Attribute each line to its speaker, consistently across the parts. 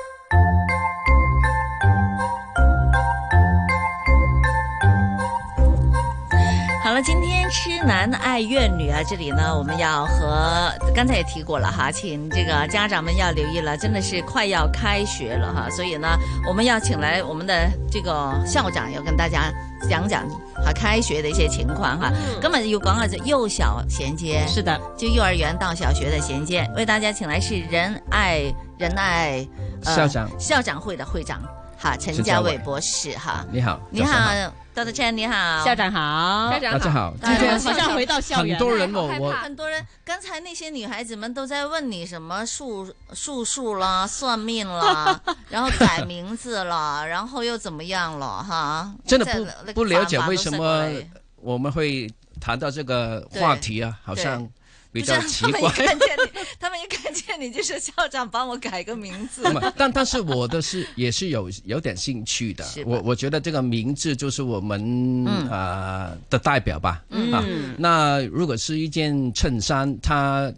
Speaker 1: 好了，今天痴男爱怨女啊，这里呢，我们要和刚才也提过了哈，请这个家长们要留意了，真的是快要开学了哈，所以呢，我们要请来我们的这个校长，要跟大家讲讲哈开学的一些情况哈。根本有广告就幼小衔接，
Speaker 2: 是的，
Speaker 1: 就幼儿园到小学的衔接，为大家请来是仁爱仁爱、呃
Speaker 2: 校长
Speaker 1: 校长会的会长哈，陈
Speaker 2: 陈
Speaker 1: 家
Speaker 2: 家
Speaker 1: 伟
Speaker 2: 伟
Speaker 1: 博士哈，
Speaker 2: 你好，
Speaker 1: 你
Speaker 2: 早上
Speaker 1: 好，，Doctor Chan 你好，
Speaker 2: 校长好，
Speaker 3: 家
Speaker 2: 大家好，今
Speaker 1: 哎
Speaker 2: 天
Speaker 1: 好像
Speaker 2: 回到校
Speaker 3: 园
Speaker 2: 啊很多人哦，
Speaker 3: 哎好害
Speaker 2: 我
Speaker 3: 怕
Speaker 1: 很多人，刚才那些女孩子们都在问你什么术术数啦、算命啦， 然后改名字啦，然后又怎么样了哈？
Speaker 2: 真的
Speaker 1: 在
Speaker 2: 不
Speaker 1: 那个
Speaker 2: 不了
Speaker 1: 繁
Speaker 2: 解
Speaker 1: 忙
Speaker 2: 为
Speaker 1: 的
Speaker 2: 什
Speaker 1: 生活
Speaker 2: 么
Speaker 1: 里
Speaker 2: 我们会谈到这个话题啊，好像比较
Speaker 1: 不是
Speaker 2: 奇
Speaker 1: 他们一
Speaker 2: 怪。
Speaker 1: 看见你， 他们一看见你就是校长，帮我改个名字
Speaker 2: 那。么，但但是我的是也是有有点兴趣的
Speaker 1: 是，吧
Speaker 2: 我我觉得这个名字就是我们
Speaker 1: 嗯
Speaker 2: 呃的代表吧。啊
Speaker 1: 嗯，
Speaker 2: 那如果是一件衬衫，它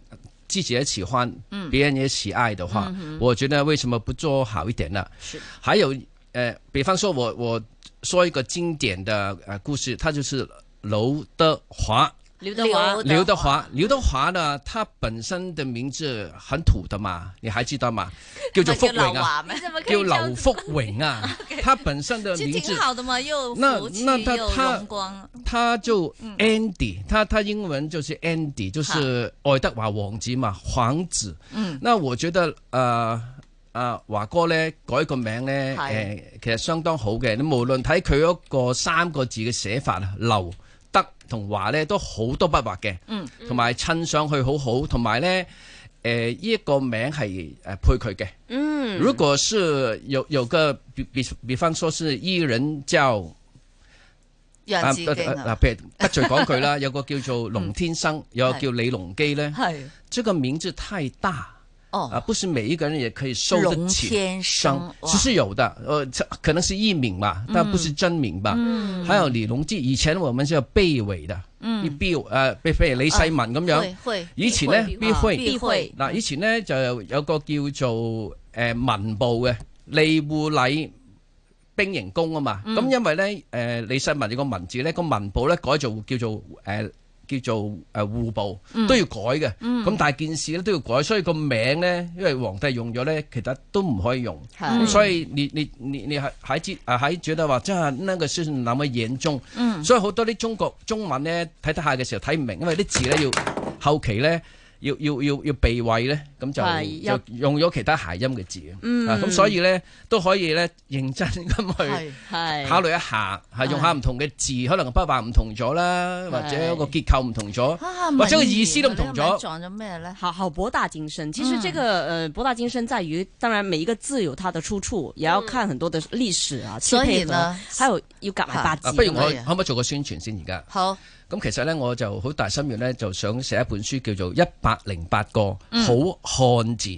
Speaker 2: 自己也喜欢，
Speaker 1: 嗯
Speaker 2: 别人也喜爱的话，我觉得为什么不做好一点呢？
Speaker 1: 是
Speaker 2: 还有呃，比方说我我说一个经典的呃故事，它就是刘德华。
Speaker 1: 刘
Speaker 4: 德华
Speaker 2: 刘德华，刘德华呢，他本身的名字很土的嘛，你还记 得吗？叫做福
Speaker 1: 叫老
Speaker 2: 荣啊，
Speaker 1: 华嘛，
Speaker 3: 怎么可以
Speaker 2: 叫
Speaker 3: 这样
Speaker 2: 刘
Speaker 3: 子
Speaker 2: 福 荣啊，他本身的
Speaker 1: 这
Speaker 2: 名
Speaker 1: 挺
Speaker 2: 字
Speaker 1: 好的嘛，又
Speaker 2: 那
Speaker 1: 福气
Speaker 2: 那他
Speaker 1: 又
Speaker 2: 他
Speaker 1: 荣光，
Speaker 2: 他就
Speaker 1: 嗯
Speaker 2: Andy，、他他英文就是 Andy，就是爱德华王子嘛，皇子。
Speaker 1: 嗯，
Speaker 2: 那我覺得誒誒華哥咧改個名
Speaker 1: 係
Speaker 2: 咧誒、呃其實相當好嘅。你無論睇佢嗰個三個字嘅寫法啊，劉德同華咧都好多筆畫嘅，
Speaker 1: 嗯，
Speaker 2: 同埋襯上去好好，同埋咧誒呢一個名係誒配佢嘅。
Speaker 4: 嗯，
Speaker 2: 如果是有有個比比比方說是藝人叫。
Speaker 1: 楊
Speaker 2: 啊
Speaker 1: 志敬
Speaker 2: 呃
Speaker 1: 啊，
Speaker 2: 呃
Speaker 1: 嗯
Speaker 2: 嗱，譬如得罪講句 啦，有個叫做龍天生，有個叫李龍基咧，
Speaker 1: 係
Speaker 2: 這個名字太大。
Speaker 1: 嗯
Speaker 2: 啊，
Speaker 1: 哎哦，
Speaker 2: 不是每一个人也可以收得
Speaker 1: 龙
Speaker 2: 起。
Speaker 1: 天生哇嗯
Speaker 2: 其实有的，呃，这可能是艺名吧，但不是真名吧。还有李隆基，以前我们是有贝伟的，嗯，贝呃贝贝李世民咁样。
Speaker 1: 會會
Speaker 2: 以前呢，必
Speaker 1: 啊
Speaker 2: 會
Speaker 1: 必會
Speaker 2: 嗱，以前呢就有個叫做誒文部嘅利護禮兵營宮啊嘛，咁、因為呢，誒、李世民有個文字呢，個文部呢改做叫做誒。呃叫做誒戶部都要改嘅，咁、但係件事咧都要改，所以個名咧，因為皇帝用咗咧，其實都唔可以用。
Speaker 1: 係
Speaker 2: 咁所以你你你你還還知啊還覺得話真係呢個事情那麼嚴重，所以好多啲中國中文咧睇得下嘅時候睇唔明，因為啲字咧要後期咧要要要要避諱咧，咁就就有就用咗其他諧音嘅字啊，咁所以咧都可以咧認真咁去。
Speaker 1: 係
Speaker 2: 係
Speaker 4: 系
Speaker 2: 考慮一下，係用下唔同嘅字，可能筆畫唔同咗啦，或者個結構唔同咗，
Speaker 1: 啊
Speaker 2: 或者個意思都唔
Speaker 1: 文言你
Speaker 2: 同
Speaker 1: 個名
Speaker 2: 咗。
Speaker 1: 撞咗咩咧？
Speaker 4: 好好博大精深。其实
Speaker 1: 嗯
Speaker 4: 这个、呃博大精深在于，当然每一个字有它的出处，也要看很多的历史
Speaker 2: 嗯
Speaker 4: 啊，去
Speaker 1: 所以
Speaker 4: 配合
Speaker 1: 呢
Speaker 4: 还有要夹埋八字
Speaker 2: 啊，
Speaker 4: 咁樣。
Speaker 2: 不如我
Speaker 1: 係啊
Speaker 2: 可唔可以做個宣傳先而家？
Speaker 1: 好，
Speaker 2: 咁其實咧，我就好大心願咧，就想寫一本書叫做《一百零八個
Speaker 4: 嗯
Speaker 2: 好漢字》，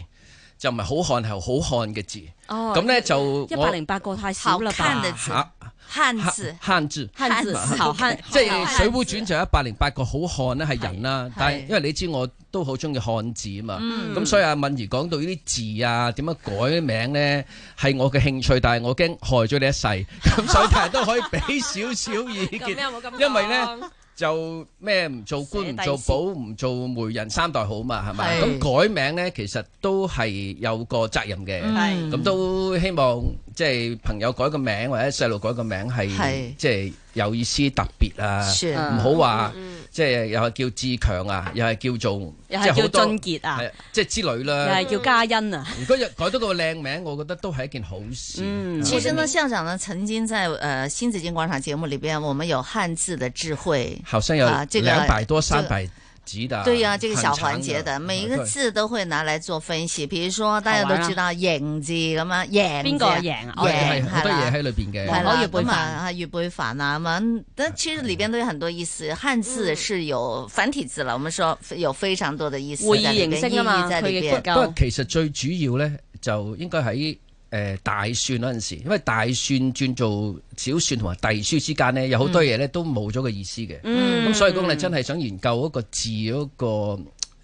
Speaker 2: 就唔係好漢係好漢嘅字。
Speaker 4: 哦
Speaker 2: 咁咧就我
Speaker 4: 一百零八個太少啦
Speaker 1: 好看的
Speaker 4: 吧？
Speaker 1: 字
Speaker 2: 啊
Speaker 1: 漢字
Speaker 2: 漢，漢字。
Speaker 4: 漢 字
Speaker 1: 漢字
Speaker 4: 好漢，
Speaker 2: 即係
Speaker 1: 好
Speaker 2: 《
Speaker 1: 漢
Speaker 2: 水滸傳》就一百零八個好漢咧，係人啦
Speaker 1: 係。
Speaker 2: 但
Speaker 1: 係
Speaker 2: 係因為你知我都好中意漢字啊嘛，
Speaker 1: 嗯
Speaker 2: 咁、所以阿敏兒講到呢啲字啊，點樣改名呢？係我嘅興趣，但係我驚害咗你一世，咁所以大家都可以俾少少意
Speaker 3: 咁
Speaker 2: 見。
Speaker 3: 有冇咁講？
Speaker 2: 因為呢就咩唔做官
Speaker 4: 寫
Speaker 2: 唔
Speaker 4: 低
Speaker 2: 做
Speaker 4: 先
Speaker 2: 保唔做媒人三代好嘛，係咪？
Speaker 1: 係
Speaker 2: 咁改名呢，其實都係有個責任嘅。
Speaker 1: 嗯
Speaker 2: 咁都希望即係朋友改個名或者細路改個名
Speaker 1: 係
Speaker 2: 係即係有意思特別啊，
Speaker 1: 是
Speaker 2: 唔好話即係又係叫志強啊，又係叫做
Speaker 4: 嗯又
Speaker 2: 哎即係好
Speaker 4: 係
Speaker 2: 多
Speaker 4: 叫俊傑啊，
Speaker 2: 係呃即係之類
Speaker 4: 又
Speaker 2: 啦
Speaker 4: 係。叫嘉欣啊。
Speaker 2: 如果有改到個靚名，我覺得都係一件好事。啊
Speaker 4: 嗯
Speaker 1: 其實呢，
Speaker 2: 我覺得
Speaker 1: 校長呢曾經在呃新紫荊廣場節目裏邊，我們有漢字的智慧
Speaker 2: 後生有
Speaker 1: 啊這個
Speaker 2: 兩百多三百级的，啊
Speaker 1: 对呀、这个
Speaker 2: 很
Speaker 1: 小
Speaker 2: 长
Speaker 1: 环节的每一个
Speaker 2: 对
Speaker 1: 字都会拿来做分析，比如说大家
Speaker 4: 好
Speaker 1: 都
Speaker 4: 玩啊
Speaker 1: 知道贏字咁啊，贏
Speaker 4: 邊個贏啊
Speaker 2: 係係
Speaker 1: 贏
Speaker 2: 好
Speaker 1: 哦係
Speaker 2: 多嘢
Speaker 1: 啦。
Speaker 2: 喺裏邊
Speaker 1: 係
Speaker 2: 嘅。
Speaker 1: 啦，
Speaker 4: 哦葉貝
Speaker 1: 咁
Speaker 4: 凡
Speaker 1: 啊，葉貝凡啊咁啊，但其實裏邊都有很多意思。漢字是有繁體字啦，我們說有非常多的意思
Speaker 4: 會
Speaker 1: 在
Speaker 4: 議
Speaker 1: 裏邊，
Speaker 4: 形式啊嘛
Speaker 1: 意義在裏
Speaker 4: 佢嘅
Speaker 1: 邊
Speaker 4: 骨。
Speaker 2: 不過其實最主要咧，就應該喺誒大選嗰陣時，因為大選轉做小選同埋隸書之間咧，有好多嘢咧都冇咗個意思嘅。
Speaker 4: 嗯
Speaker 2: 咁所以講，你真係想研究嗰個字嗰、個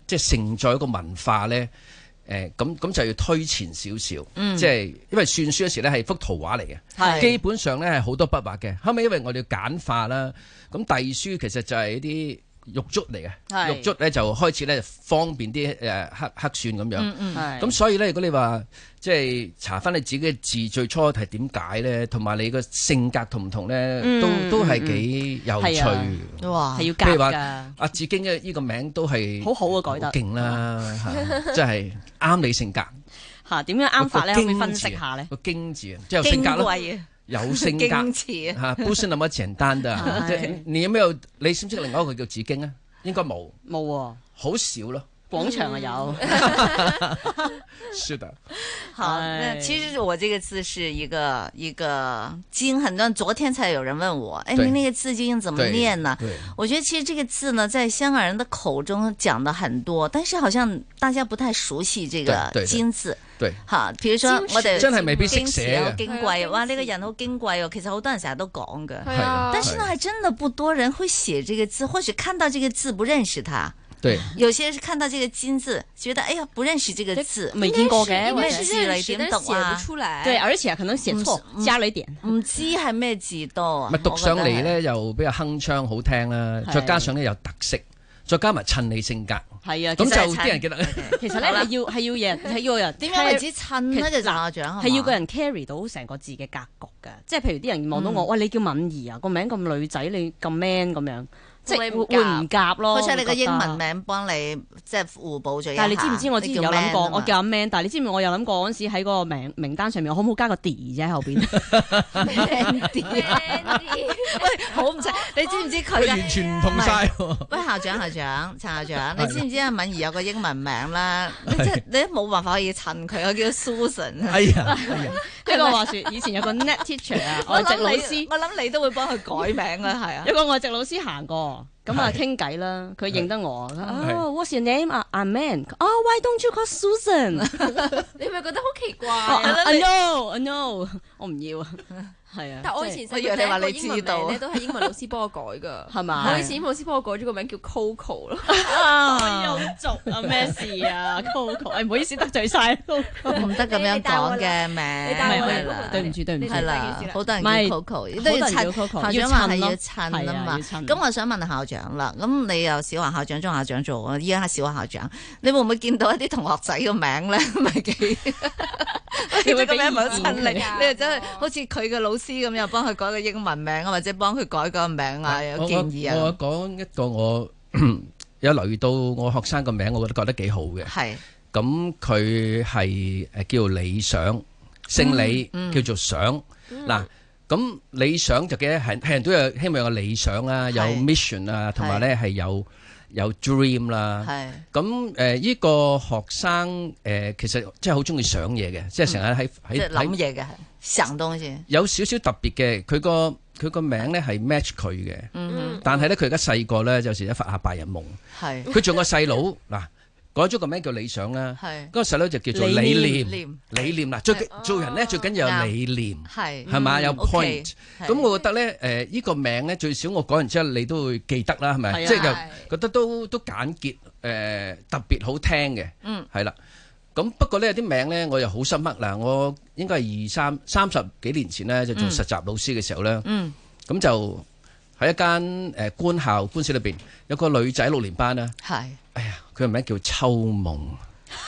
Speaker 2: 即係承載嗰個文化咧，誒咁咁就要推前少少，
Speaker 4: 嗯
Speaker 2: 即係因為算書嗰時咧係幅圖畫嚟嘅。
Speaker 1: 係
Speaker 2: 基本上咧係好多筆畫嘅。後尾因為我哋要簡化啦，咁隸書其實就係一啲玉竹嚟
Speaker 4: 係
Speaker 2: 嘅，玉竹咧就開始咧方便啲誒黑黑算咁樣。
Speaker 4: 嗯
Speaker 1: 嗯
Speaker 4: 係
Speaker 2: 咁所以咧，如果你話即係查翻你自己嘅字最初係點解咧，同埋你個性格同唔同咧，都都係幾有趣。
Speaker 4: 嗯係啊
Speaker 1: 嗯哇
Speaker 4: 係，要
Speaker 2: 譬
Speaker 4: 夾
Speaker 2: 如話
Speaker 4: 㗎，
Speaker 2: 阿志京嘅呢個名都係
Speaker 4: 好好啊改得
Speaker 2: 好勁 啦，嚇真係啱你性格。
Speaker 4: 嚇點樣啱法咧？可唔可以
Speaker 2: 個
Speaker 4: 分
Speaker 2: 京字
Speaker 4: 析下咧？。
Speaker 2: 個京字啊，即係有
Speaker 1: 矜
Speaker 2: 性格啦，
Speaker 1: 貴啊，
Speaker 2: 有性格
Speaker 1: 矜。持啊，
Speaker 2: 吓，不是那麼簡單的 即係你有沒有？你識唔識另外一個叫紫荊啊？應該冇，
Speaker 4: 冇喎，
Speaker 2: 好少咯。
Speaker 4: 廣場啊有。
Speaker 1: 嗯
Speaker 2: 是的，
Speaker 1: 好，那
Speaker 4: 哎
Speaker 1: 其实我这个字是一个一个金，很多昨天才有人问我，哎，
Speaker 2: 对
Speaker 1: 您那个字究竟怎么念
Speaker 4: 啊
Speaker 1: 呢？
Speaker 2: 对，
Speaker 1: 我觉得其实这个字呢，在香港人的口中讲的很多，但是好像大家不太熟悉这个
Speaker 2: 对对对
Speaker 1: 金字。
Speaker 2: 對
Speaker 1: 哈，譬如说
Speaker 3: 矜持
Speaker 1: 我哋
Speaker 2: 真係未必識
Speaker 1: 矜持
Speaker 2: 寫
Speaker 1: 啊好
Speaker 2: 嘅
Speaker 1: 矜
Speaker 3: 係
Speaker 1: 貴，
Speaker 3: 啊
Speaker 1: 哇！
Speaker 3: 矜持
Speaker 1: 呢個人好矜貴哦。其實好多人成日都講嘅，
Speaker 3: 係啊，
Speaker 1: 但是呢，
Speaker 2: 係
Speaker 1: 還真的不多人會寫這個字，或許看到這個字不認識它，
Speaker 2: 對，
Speaker 1: 有些人是看到這個金字，觉得哎呀不認識這個字。
Speaker 4: 未見過
Speaker 3: 因
Speaker 4: 嘅，或
Speaker 3: 为
Speaker 4: 者
Speaker 3: 是
Speaker 1: 字
Speaker 3: 认
Speaker 1: 嚟
Speaker 3: 识，
Speaker 1: 點
Speaker 3: 但
Speaker 1: 讀
Speaker 3: 是
Speaker 1: 啊
Speaker 3: 写不出来。
Speaker 4: 對，而且可能寫錯，
Speaker 1: 嗯
Speaker 4: 加了一點。
Speaker 1: 唔知係咩字多啊？
Speaker 2: 咪讀
Speaker 1: 我覺得
Speaker 2: 上嚟
Speaker 1: 係，
Speaker 2: 咧又比較鏗鏘好聽啦，
Speaker 4: 係
Speaker 2: 再加上咧有特色，再加埋襯你性格，
Speaker 1: 嗯
Speaker 4: 係啊，
Speaker 2: 咁
Speaker 4: 其實
Speaker 2: 就啲人記得。
Speaker 4: 其實咧係要係要人 係要人
Speaker 1: 點解為
Speaker 4: carry-
Speaker 1: 之襯呢？就
Speaker 4: 嗱
Speaker 1: 校長
Speaker 4: 係要個人 carry 到成個字嘅格局㗎，即係譬如啲人望到
Speaker 1: 嗯
Speaker 4: 我，喂你叫敏儀啊，個名咁女仔，你咁 man 咁樣，即係
Speaker 3: 會
Speaker 4: 會
Speaker 3: 唔夾
Speaker 4: 會唔夾咯。
Speaker 1: 好似你個
Speaker 4: 會覺
Speaker 1: 英
Speaker 4: 得
Speaker 1: 文。名啊幫你即係互補咗一
Speaker 4: 但
Speaker 1: 下
Speaker 4: 係你知唔知我之前有
Speaker 1: 啊
Speaker 4: 諗過， 我叫阿 Man，但係你知唔知我有諗過嗰陣時喺個名名單上面，我可唔可以加個 D 啫喺後 邊？啊
Speaker 3: Mandy
Speaker 1: 好唔使，你知唔知佢
Speaker 2: 佢
Speaker 1: 咧？
Speaker 2: 完全唔同晒喎。
Speaker 1: 喂，校長校長，陳校長，你知唔知阿敏儀有個英文名啦？你即係你都冇辦法可以襯佢，我叫 Susan 啊。
Speaker 2: 哎呀，哎呀
Speaker 4: 呢個話説，以前有個 net teacher 啊，外籍老師
Speaker 1: 你，， 我諗你都會幫佢改名啦，係啊。
Speaker 4: 有個外籍老師行過，咁啊
Speaker 2: 係
Speaker 4: 傾偈啦，佢認得我，
Speaker 2: 係
Speaker 4: 哦，What's your name 啊？I'm Man，哦，Why don't you call Susan？
Speaker 3: 你咪覺得好奇怪
Speaker 4: 哦
Speaker 3: 啊？
Speaker 4: 啊啊，no 啊 no，我 唔要啊，係啊，
Speaker 3: 但我以
Speaker 4: 即係
Speaker 3: 前
Speaker 1: 我以
Speaker 3: 細
Speaker 1: 為
Speaker 3: 個
Speaker 1: 你話你
Speaker 3: 第一個英文名咧，都係英文老師幫我改噶。
Speaker 4: 係嘛啊
Speaker 3: 我以前英文老師幫我改咗個名叫 Coco 咯。
Speaker 4: 有俗啊咩事 啊，Coco，哎唔好意思得罪晒 Coco，
Speaker 1: 唔得咁樣講嘅名，
Speaker 3: 你帶我
Speaker 1: 係
Speaker 3: 嚟
Speaker 1: 啦
Speaker 4: 對唔住對唔
Speaker 3: 你
Speaker 4: 住
Speaker 3: 係，
Speaker 1: 係啦
Speaker 3: 第二件事，啦
Speaker 1: 好多人
Speaker 4: 唔
Speaker 1: 叫
Speaker 4: 係
Speaker 1: Coco，
Speaker 4: 好
Speaker 1: 都
Speaker 4: 多
Speaker 1: 要
Speaker 4: 人叫
Speaker 1: 襯。
Speaker 2: 啊
Speaker 1: 校
Speaker 4: Coco，
Speaker 1: 長
Speaker 4: 要
Speaker 1: 話係
Speaker 4: 襯咯，
Speaker 1: 要襯啊嘛。
Speaker 4: 係啊要襯
Speaker 1: 咁我想問校長啦，咁你由小學校長、中學校長做啊，依家小學校長，你會唔會見到一啲同學仔嘅名咧？ 咪 幾？
Speaker 4: 你
Speaker 1: 呢
Speaker 4: 會
Speaker 1: 個
Speaker 4: 俾
Speaker 1: 名咪好
Speaker 4: 意
Speaker 1: 襯
Speaker 4: 見
Speaker 1: 你，
Speaker 3: 㗎
Speaker 1: 你又真係好似佢嘅老師咁，又幫佢改個英文名啊，或者幫佢改個名啊，有
Speaker 2: 我
Speaker 1: 建議
Speaker 2: 我
Speaker 1: 啊，
Speaker 2: 我講一個我 有留意到我學生個名，我覺得覺得幾好嘅。
Speaker 1: 係
Speaker 2: 咁佢係誒叫理想，姓李、叫做想。嗱、咁理想就嘅係係人都有希望有個理想啊，有
Speaker 1: 係
Speaker 2: mission 啊，同埋咧係有有 dream 啦。
Speaker 1: 係
Speaker 2: 咁誒呢個學生誒、呃其實真係好中意想嘢嘅，即係成日喺
Speaker 1: 即
Speaker 2: 喺
Speaker 1: 係諗
Speaker 2: 喺
Speaker 1: 嘢嘅，係想東西，
Speaker 2: 有少少特別嘅，佢個佢個名咧係 match 佢嘅。
Speaker 1: 嗯
Speaker 2: 但係咧，佢而家細個咧，有時一發下白日夢。
Speaker 1: 哼，係
Speaker 2: 佢仲有個細佬嗱，改咗個名叫理想啦。
Speaker 1: 係
Speaker 2: 嗰個細佬就叫做理
Speaker 4: 理
Speaker 2: 念。
Speaker 1: 念
Speaker 2: 理念嗱，最緊做人咧最緊要有理念，
Speaker 1: 係
Speaker 2: 係嘛有
Speaker 1: OK，
Speaker 2: point。
Speaker 1: 係
Speaker 2: 咁我覺得咧，誒呢個名咧最少我講完之後你都會記得啦，係
Speaker 4: 係
Speaker 2: 咪？
Speaker 4: 啊
Speaker 2: 即係就覺得都都簡潔，誒特別好聽嘅，
Speaker 1: 嗯，
Speaker 2: 係啦。咁不過呢，有啲名呢，我又好深刻嗱，我應該係二三三十幾年前呢，就做實習老師嘅時候呢，
Speaker 1: 嗯
Speaker 2: 咁就喺一間誒官校官史裏邊有個女仔六年班啦，
Speaker 1: 係
Speaker 2: 哎呀，佢個名叫秋夢，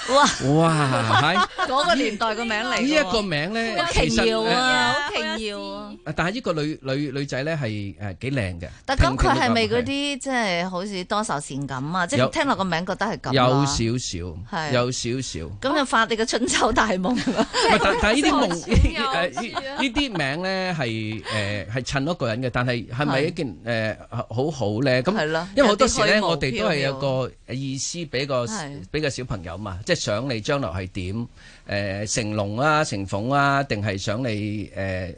Speaker 1: 哇！
Speaker 2: 哇，係
Speaker 1: 嗰個年代嘅名嚟㗎喎，
Speaker 2: 呢一個名咧，其
Speaker 1: 奇
Speaker 2: 實
Speaker 1: 妙
Speaker 2: 誒
Speaker 3: 嗯
Speaker 1: 啊，好奇妙啊！
Speaker 2: 但係呢個女女女仔咧係誒幾靚嘅。
Speaker 1: 但咁
Speaker 2: 平平
Speaker 1: 佢
Speaker 2: 嘅
Speaker 1: 係咪
Speaker 2: 感覺
Speaker 1: 嗰啲即係好似多愁善感啊？即係
Speaker 2: 有
Speaker 1: 聽落個名覺得係咁啊啦
Speaker 2: 有少少，
Speaker 1: 係
Speaker 2: 有少少。
Speaker 1: 咁就發你嘅春秋大 夢啦。
Speaker 2: 唔係但但係呢啲夢
Speaker 3: 即係好
Speaker 2: 呢
Speaker 3: 似
Speaker 2: 啲誒呢呢啲名咧係誒係襯一個人嘅，但係係咪
Speaker 1: 係
Speaker 2: 一件誒好好咧？
Speaker 1: 係咯
Speaker 2: 咁因為好多時咧，
Speaker 1: 有啲虛無
Speaker 2: 我哋都係有
Speaker 1: 縹
Speaker 2: 個意思俾個
Speaker 1: 係
Speaker 2: 俾個小朋友嘛，即係想你將來係點誒成龍啊、成鳳啊，定係想你誒誒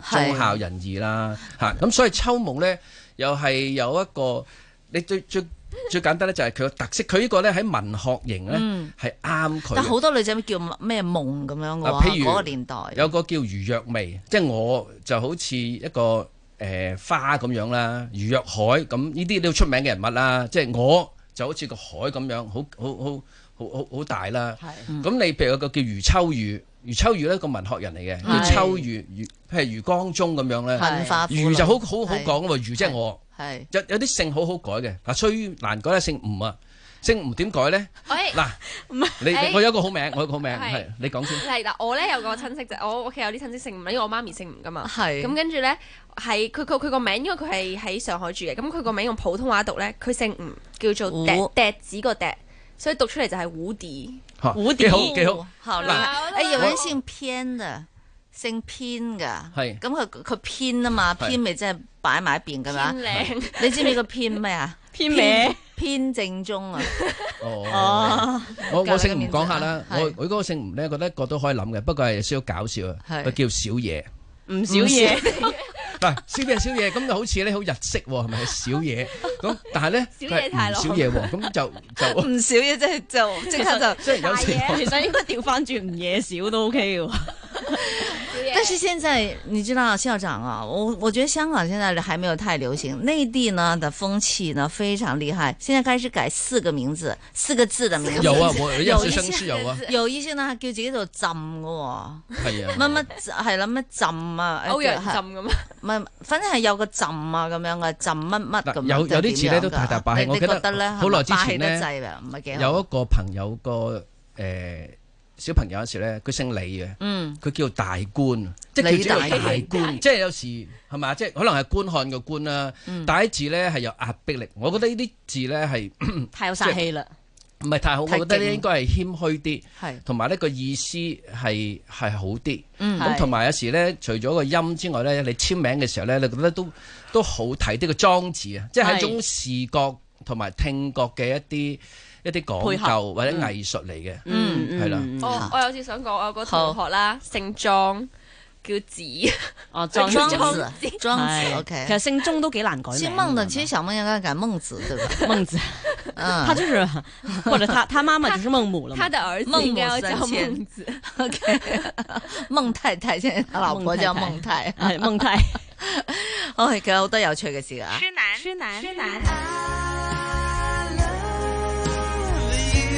Speaker 1: 係
Speaker 2: 忠孝仁義啦嚇。咁所以秋夢咧又係有一個你最最最簡單咧就係佢個特色，佢呢個咧喺文學型咧
Speaker 1: 嗯
Speaker 2: 係啱佢
Speaker 1: 但
Speaker 2: 嘅。
Speaker 1: 好多女仔叫咩夢咁樣嘅
Speaker 2: 啊
Speaker 1: 話，
Speaker 2: 譬如
Speaker 1: 嗰個年代
Speaker 2: 有個叫余若薇，即係我就好似一個誒、呃花咁樣啦，余若海咁呢啲都出名嘅人物啦，即係我就好似個海咁樣，好好好好好好大啦。咁你譬如有個叫余秋雨，余秋雨呢個文學人嚟嘅，
Speaker 1: 係
Speaker 2: 叫秋雨，余譬如余光中咁樣咧，
Speaker 1: 文化
Speaker 2: 余就好好好
Speaker 1: 係
Speaker 2: 講喎，余即係我，
Speaker 1: 係
Speaker 2: 有有啲姓好好改嘅，嗱最難改咧姓吳啊，姓吳點改咧？
Speaker 3: 喂
Speaker 2: 嗱，你
Speaker 3: 哎
Speaker 2: 你我有一個好名，我有一個好名，
Speaker 3: 係
Speaker 2: 係你講先。
Speaker 3: 係嗱，我咧有個親戚就我屋企有啲親戚姓吳，因為我媽咪姓吳噶嘛。
Speaker 1: 係
Speaker 3: 咁跟住咧係佢佢佢個名，因為佢係喺上海住嘅，咁佢個名用普通話讀咧，佢姓吳，叫做
Speaker 1: 胡
Speaker 3: 笛笛子個笛，所以讀出嚟就係胡迪。
Speaker 2: 嚇
Speaker 4: 蝴蝶
Speaker 2: 幾好幾好。
Speaker 1: 好
Speaker 3: 嗱
Speaker 1: 啦，誒有
Speaker 3: 我
Speaker 1: 人姓偏嘅，姓偏嘅，
Speaker 2: 係
Speaker 1: 咁佢佢偏啊嘛，
Speaker 2: 係
Speaker 1: 偏咪即係擺埋一邊㗎嘛
Speaker 3: 偏。靚，
Speaker 1: 你知唔知個 偏咩啊？
Speaker 4: 偏歪
Speaker 1: 偏正宗啊，
Speaker 2: 哦，我
Speaker 1: 教
Speaker 2: 我
Speaker 1: 你
Speaker 2: 姓
Speaker 1: 個面
Speaker 2: 吳
Speaker 1: 子
Speaker 2: 講下啦，
Speaker 1: 係
Speaker 2: 我我嗰個姓吳咧，覺得個都可以諗嘅，不過係有少少搞笑啊，
Speaker 1: 係
Speaker 2: 佢叫小嘢。
Speaker 4: 唔少嘢，
Speaker 2: 嗱，小嘢小嘢，咁就好似咧好日式喎，係咪小嘢？咁但係咧，
Speaker 3: 小
Speaker 2: 佢係
Speaker 3: 野太
Speaker 2: 吳
Speaker 3: 郎
Speaker 2: 小嘢喎，咁就就
Speaker 1: 唔少嘢即係就即刻就。
Speaker 2: 即係有時
Speaker 3: 大
Speaker 4: 其實應該調翻轉唔嘢少都 OK 嘅喎。
Speaker 1: 但是现在你知道校长啊，我我觉得香港现在还没有太流行，内地呢的风气呢非常厉害，现在开始改四个名字，四个字的名字。
Speaker 2: 有啊，我有
Speaker 1: 有
Speaker 2: 時
Speaker 1: 一
Speaker 2: 生書有啊，
Speaker 1: 有一些呢叫自己做浸嘅喎，
Speaker 2: 係啊，
Speaker 1: 乜乜係啦乜浸 啊，
Speaker 3: 歐陽
Speaker 1: 係
Speaker 3: 浸咁啊，
Speaker 1: 唔係，反正係有個浸啊咁樣嘅浸乜乜咁
Speaker 2: 嗱
Speaker 1: 樣。
Speaker 2: 有有啲
Speaker 1: 字
Speaker 2: 字咧都大大霸氣
Speaker 1: 你
Speaker 2: 我
Speaker 1: 你
Speaker 2: 記得
Speaker 1: 覺咧，
Speaker 2: 好耐之
Speaker 1: 咧，
Speaker 2: 前咧
Speaker 1: 霸氣得滯啊啦，唔係幾好。
Speaker 2: 有一個朋友個誒小朋友嗰時咧，佢姓李嘅。
Speaker 1: 嗯，
Speaker 2: 佢叫大官，啊即係叫自己大官，即係有時係嘛，即係可能係官漢個官啦。但係啲字咧係有壓迫力，我覺得呢啲字咧係
Speaker 4: 太有殺氣啦，
Speaker 2: 唔係太好，我
Speaker 1: 太勁
Speaker 2: 覺得咧應該係謙虛啲，
Speaker 1: 係
Speaker 2: 同埋呢個意思係係好啲。
Speaker 1: 嗯
Speaker 2: 咁同埋有時咧，除咗個音之外咧，你簽名嘅時候咧，你覺得都都好睇啲個裝置啊，即係係一種視覺同埋聽覺嘅一啲一啲講
Speaker 4: 配
Speaker 2: 究
Speaker 4: 合
Speaker 2: 或者藝術嚟嘅。
Speaker 4: 嗯
Speaker 2: 係啦
Speaker 4: 嗯
Speaker 3: 哦我我有次想講，我有個同學啦，姓莊，叫子，
Speaker 4: 哦，
Speaker 1: 莊
Speaker 4: 莊
Speaker 1: 子
Speaker 4: 莊
Speaker 1: 莊子
Speaker 4: 係其實
Speaker 1: ，OK。
Speaker 4: 姓鐘都幾難改名
Speaker 1: 姓
Speaker 4: 㗎
Speaker 1: 孟
Speaker 2: 啊
Speaker 1: 的，
Speaker 4: 嘛
Speaker 1: 其實小孟應該改孟子，對吧？
Speaker 4: 孟子，
Speaker 1: 嗯
Speaker 4: 他就是， 或者他他媽媽就是孟母了嘛
Speaker 3: 他。的兒
Speaker 1: 孟
Speaker 3: 子
Speaker 1: 母
Speaker 3: 應該要叫
Speaker 1: 三遷
Speaker 3: 孟子。
Speaker 1: OK，孟太太現在她老婆叫孟太。
Speaker 4: 係孟哎 太，
Speaker 1: 哦，其實好多有趣嘅事啊。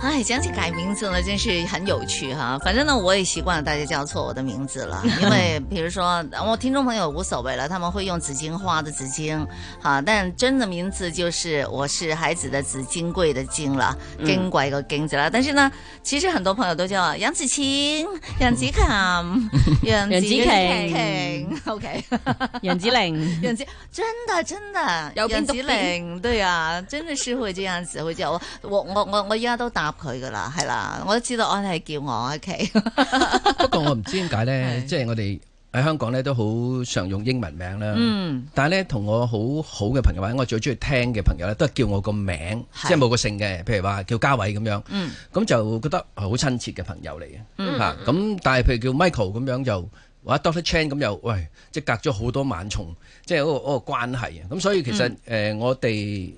Speaker 1: 哎，讲起改名字呢，真是很有趣哈。反正呢，我也习惯了大家叫错我的名字 了，因为比如说我听众朋友无所谓了，他们会用紫荆花的紫荆，哈，但真的名字就是我是孩子的子，金贵的金了，
Speaker 3: 嗯
Speaker 1: 矜贵个矜字了。但是呢，其实很多朋友都叫杨子晴、杨子琴、 杨
Speaker 4: 子
Speaker 1: 晴
Speaker 4: 晴
Speaker 1: ，OK。
Speaker 4: 楊子玲。
Speaker 1: 杨子真的真的，
Speaker 3: 有邊
Speaker 1: 杨
Speaker 3: 讀
Speaker 1: 子
Speaker 3: 邊
Speaker 1: 玲對啊，真的是會這樣子，會叫我我我我我依家都答佢噶啦，係啦，我都知道安係叫我 OK，
Speaker 2: 哎 不過我唔知點解咧，
Speaker 1: 係
Speaker 2: 即係我哋喺香港咧都好常用英文名啦。
Speaker 1: 嗯，
Speaker 2: 但係咧，同我好好嘅朋友或者我最中意聽嘅朋友咧，都係叫我個名，
Speaker 1: 係
Speaker 2: 即係冇個姓嘅，譬如話叫嘉偉咁樣，咁、
Speaker 1: 嗯
Speaker 2: 就覺得係好親切嘅朋友嚟嘅嚇。咁、但係譬如叫 Michael 咁樣就或者 Doctor Chan 咁又，喂，即係隔咗好多萬重，即係嗰、個嗰、
Speaker 1: 嗯
Speaker 2: 個關係啊。咁所以其實誒、呃我哋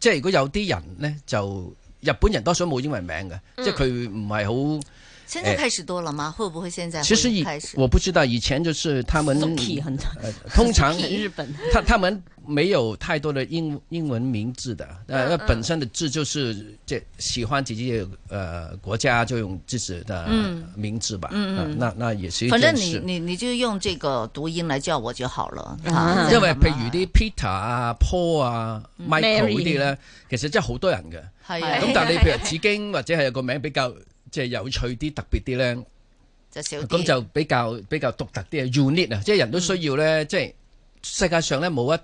Speaker 2: 即係如果有啲人咧就。日本人多數冇英文名嘅，
Speaker 1: 嗯
Speaker 2: 即係佢唔係好。
Speaker 1: 现在开始多了吗？会不会现在
Speaker 2: 其实
Speaker 1: 会
Speaker 2: 以
Speaker 1: 开始？
Speaker 2: 我不知道，以前就是他们
Speaker 4: Suki 很
Speaker 2: 呃通常
Speaker 4: 日本
Speaker 2: 他他们没有太多的英英文名字的，
Speaker 1: 嗯
Speaker 2: 呃，那本身的字就是这喜欢自己的呃国家就用自己的名字吧，
Speaker 1: 嗯嗯
Speaker 2: 啊那那也是一
Speaker 1: 反正
Speaker 2: 件
Speaker 1: 你
Speaker 2: 事。
Speaker 1: 你你就用这个读音来叫我就好了。
Speaker 4: 啊
Speaker 2: 因為
Speaker 1: 嗯
Speaker 2: 譬如啲 Peter 啊、Paul 啊、Michael 呢啲咧，其實真係好多人嘅。
Speaker 1: 系
Speaker 2: 咁但係你譬如紫荊或者係有個名比較即係有趣啲、特別啲咧。
Speaker 1: 就少啲。嗯
Speaker 2: 咁就比較比較獨特啲啊，unique 啊，即係人都需要咧，即係世界上咧冇一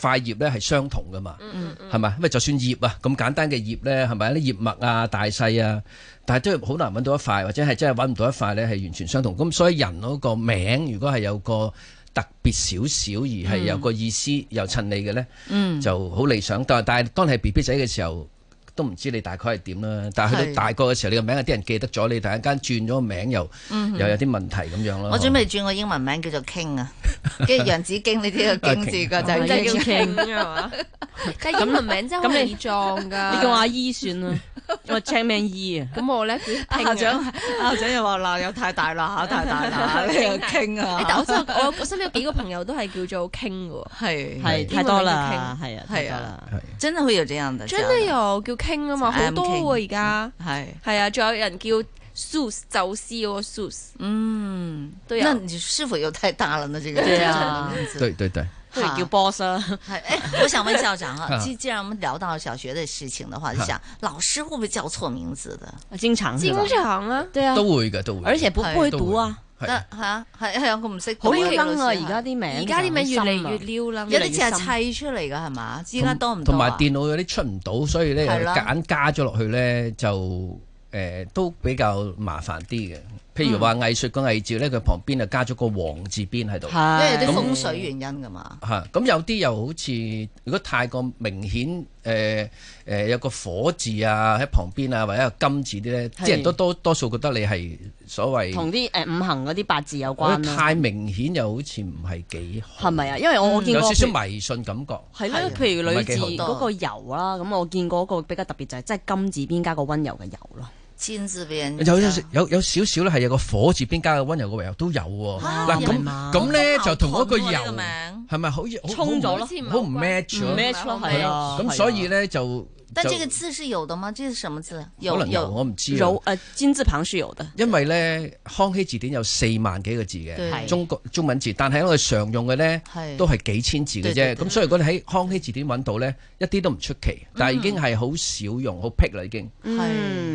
Speaker 2: 塊葉咧係相同噶嘛，
Speaker 1: 嗯
Speaker 2: 係咪？因為就算葉啊，咁簡單嘅葉咧，係咪啲葉脈啊、大細啊，但係都好難揾到一塊，或者係真係揾唔到一塊咧係完全相同。咁所以人嗰個名如果係有個特別少少
Speaker 1: 嗯
Speaker 2: 而係有個意思又襯你嘅咧，就好理想。但係但係當你係 B B 仔嘅時候。都唔知你大概係點啦，但係去
Speaker 1: 係
Speaker 2: 到大個嘅時候，你個名有啲人記得咗，你突然間轉咗個名又、又有啲問題咁樣咯。
Speaker 1: 我準備轉個英文名叫做 King 啊，跟住楊子經呢啲個經字噶就
Speaker 4: 真係
Speaker 1: 已
Speaker 4: 叫
Speaker 1: 經
Speaker 4: King
Speaker 3: 係啊嘛？但係英文名真係好
Speaker 4: 咁
Speaker 3: 容
Speaker 4: 你
Speaker 3: 易撞㗎。
Speaker 4: 你叫我阿姨算 啦，我 check 名姨啊，
Speaker 3: 咁我咧拼
Speaker 1: 校
Speaker 3: 啊
Speaker 1: 長校長又話鬧又太大啦嚇，太大啦， 你又 King
Speaker 3: 誒哎但
Speaker 1: 啊，
Speaker 3: 我真係我我身邊有幾個朋友都係叫做 King 嘅
Speaker 4: 係
Speaker 1: 係
Speaker 3: 英文名
Speaker 4: 太多
Speaker 3: 叫
Speaker 4: 啦
Speaker 3: King，
Speaker 4: 係啊，太
Speaker 1: 係
Speaker 4: 多
Speaker 1: 啊
Speaker 4: 啦，
Speaker 2: 係
Speaker 1: 喎，真係啊會有這樣的，
Speaker 3: 喎，真係有叫 King 啊嘛，好
Speaker 1: I'm
Speaker 3: 多
Speaker 1: King
Speaker 3: 喎而家。
Speaker 1: 係。
Speaker 3: 係啊，仲有人叫 Sus 走私嗰個 Sus，
Speaker 1: 嗯，
Speaker 3: 都有
Speaker 1: 那你是否又太大了呢？这个
Speaker 4: 对 啊
Speaker 1: 这种名字
Speaker 2: 對對對，
Speaker 4: 不如
Speaker 1: 好
Speaker 4: 叫 boss 啊啦。
Speaker 1: 哎，哎我想问校长 啊，
Speaker 2: 啊
Speaker 1: 既既然我们聊到小学的事情的话，就想老师会不会叫错名字的？
Speaker 4: 经常是
Speaker 3: 經
Speaker 4: 吧
Speaker 3: 常啊，
Speaker 4: 对啊，
Speaker 2: 都會嘅都會嘅。
Speaker 4: 而且不
Speaker 1: 係
Speaker 4: 不會
Speaker 2: 都
Speaker 4: 讀啊，
Speaker 2: 會嘅，係
Speaker 1: 得吓，系系有個唔識
Speaker 4: 好
Speaker 1: 讀嘅
Speaker 4: 撩楞啊！
Speaker 1: 老師
Speaker 4: 而家啲名，
Speaker 3: 而家啲名越嚟越
Speaker 4: 深啊
Speaker 3: 撩啦，
Speaker 1: 有
Speaker 3: 越嚟
Speaker 1: 啲
Speaker 3: 越
Speaker 1: 似係
Speaker 3: 深
Speaker 1: 砌出嚟㗎係嘛？依家多唔多
Speaker 2: 同埋
Speaker 1: 啊？
Speaker 2: 電腦有啲出唔到，所以咧又
Speaker 1: 係啦
Speaker 2: 夾硬加咗落去咧，就誒都比較麻煩啲嘅。譬如話藝術個藝字咧，佢旁邊就啊加咗個王字邊喺度。
Speaker 1: 因為
Speaker 4: 係
Speaker 1: 有啲風水原因㗎嘛。
Speaker 2: 嚇，咁有啲又好似如果太過明顯，誒、誒、有個火字啊喺旁邊啊，或者有金字啲咧，
Speaker 4: 係
Speaker 2: 啲人都多多數覺得你係所謂
Speaker 4: 同啲誒五行嗰啲八字有
Speaker 2: 我覺
Speaker 4: 關
Speaker 2: 得
Speaker 4: 啦，
Speaker 2: 太明顯又好似唔係幾好，
Speaker 4: 係咪啊？因為我我見
Speaker 2: 有
Speaker 4: 過
Speaker 2: 少少
Speaker 4: 譬如
Speaker 2: 迷信感覺。
Speaker 4: 係
Speaker 1: 係
Speaker 4: 啦
Speaker 1: 啊，
Speaker 4: 譬如女字
Speaker 2: 唔係幾
Speaker 1: 好
Speaker 4: 嗰個柔啦，咁我見過一個比較特別就係即係金字邊加個温柔嘅柔咯，
Speaker 1: 千字邊
Speaker 2: 有有有有少少咧係有個火字邊加個温柔個柔都有喎。
Speaker 1: 啊
Speaker 2: 嗱
Speaker 4: 係
Speaker 2: 咁
Speaker 4: 嘛
Speaker 2: 咁咧
Speaker 1: 好
Speaker 2: 就同嗰個
Speaker 1: 矛盾喎呢個
Speaker 2: 油
Speaker 1: 名
Speaker 2: 係咪好似好
Speaker 4: 衝咗咯
Speaker 2: 好唔 match
Speaker 3: 唔
Speaker 2: 嗯咯
Speaker 3: match 咯
Speaker 2: 係
Speaker 3: 係
Speaker 2: 啊咁所以咧就
Speaker 1: 但
Speaker 2: 就
Speaker 1: 這個字是有的嗎？這是什麼字？有
Speaker 2: 可能有我唔知啊
Speaker 4: 柔誒金字旁是有的，
Speaker 2: 因為咧康熙字典有四萬幾個字
Speaker 1: 對
Speaker 2: 嘅中國中文字，但係我哋常用嘅咧
Speaker 1: 係
Speaker 2: 都係幾千字嘅
Speaker 1: 對對
Speaker 2: 啫。
Speaker 1: 對
Speaker 2: 咁所以如果你喺康熙字典揾到咧，一啲都唔出奇，但係已經係好少用，好僻啦已經。
Speaker 1: 係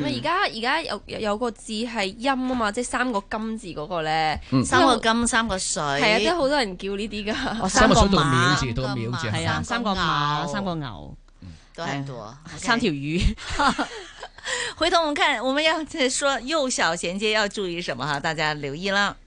Speaker 3: 咁而家而家有有有個字係音啊嘛，即係三個金字嗰個咧，
Speaker 1: 三個金，三個水，
Speaker 3: 係啊，即係好多人叫呢啲㗎。
Speaker 4: 我
Speaker 2: 三個
Speaker 4: 哦個
Speaker 2: 水到個
Speaker 4: 馬
Speaker 2: 廟字，到個廟字
Speaker 1: 馬
Speaker 4: 係啊，三個馬，三個牛，
Speaker 1: 都很多，
Speaker 4: 三條。魚，
Speaker 1: 回头我们看，我们要再说幼小衔接要注意什么哈，大家留意了。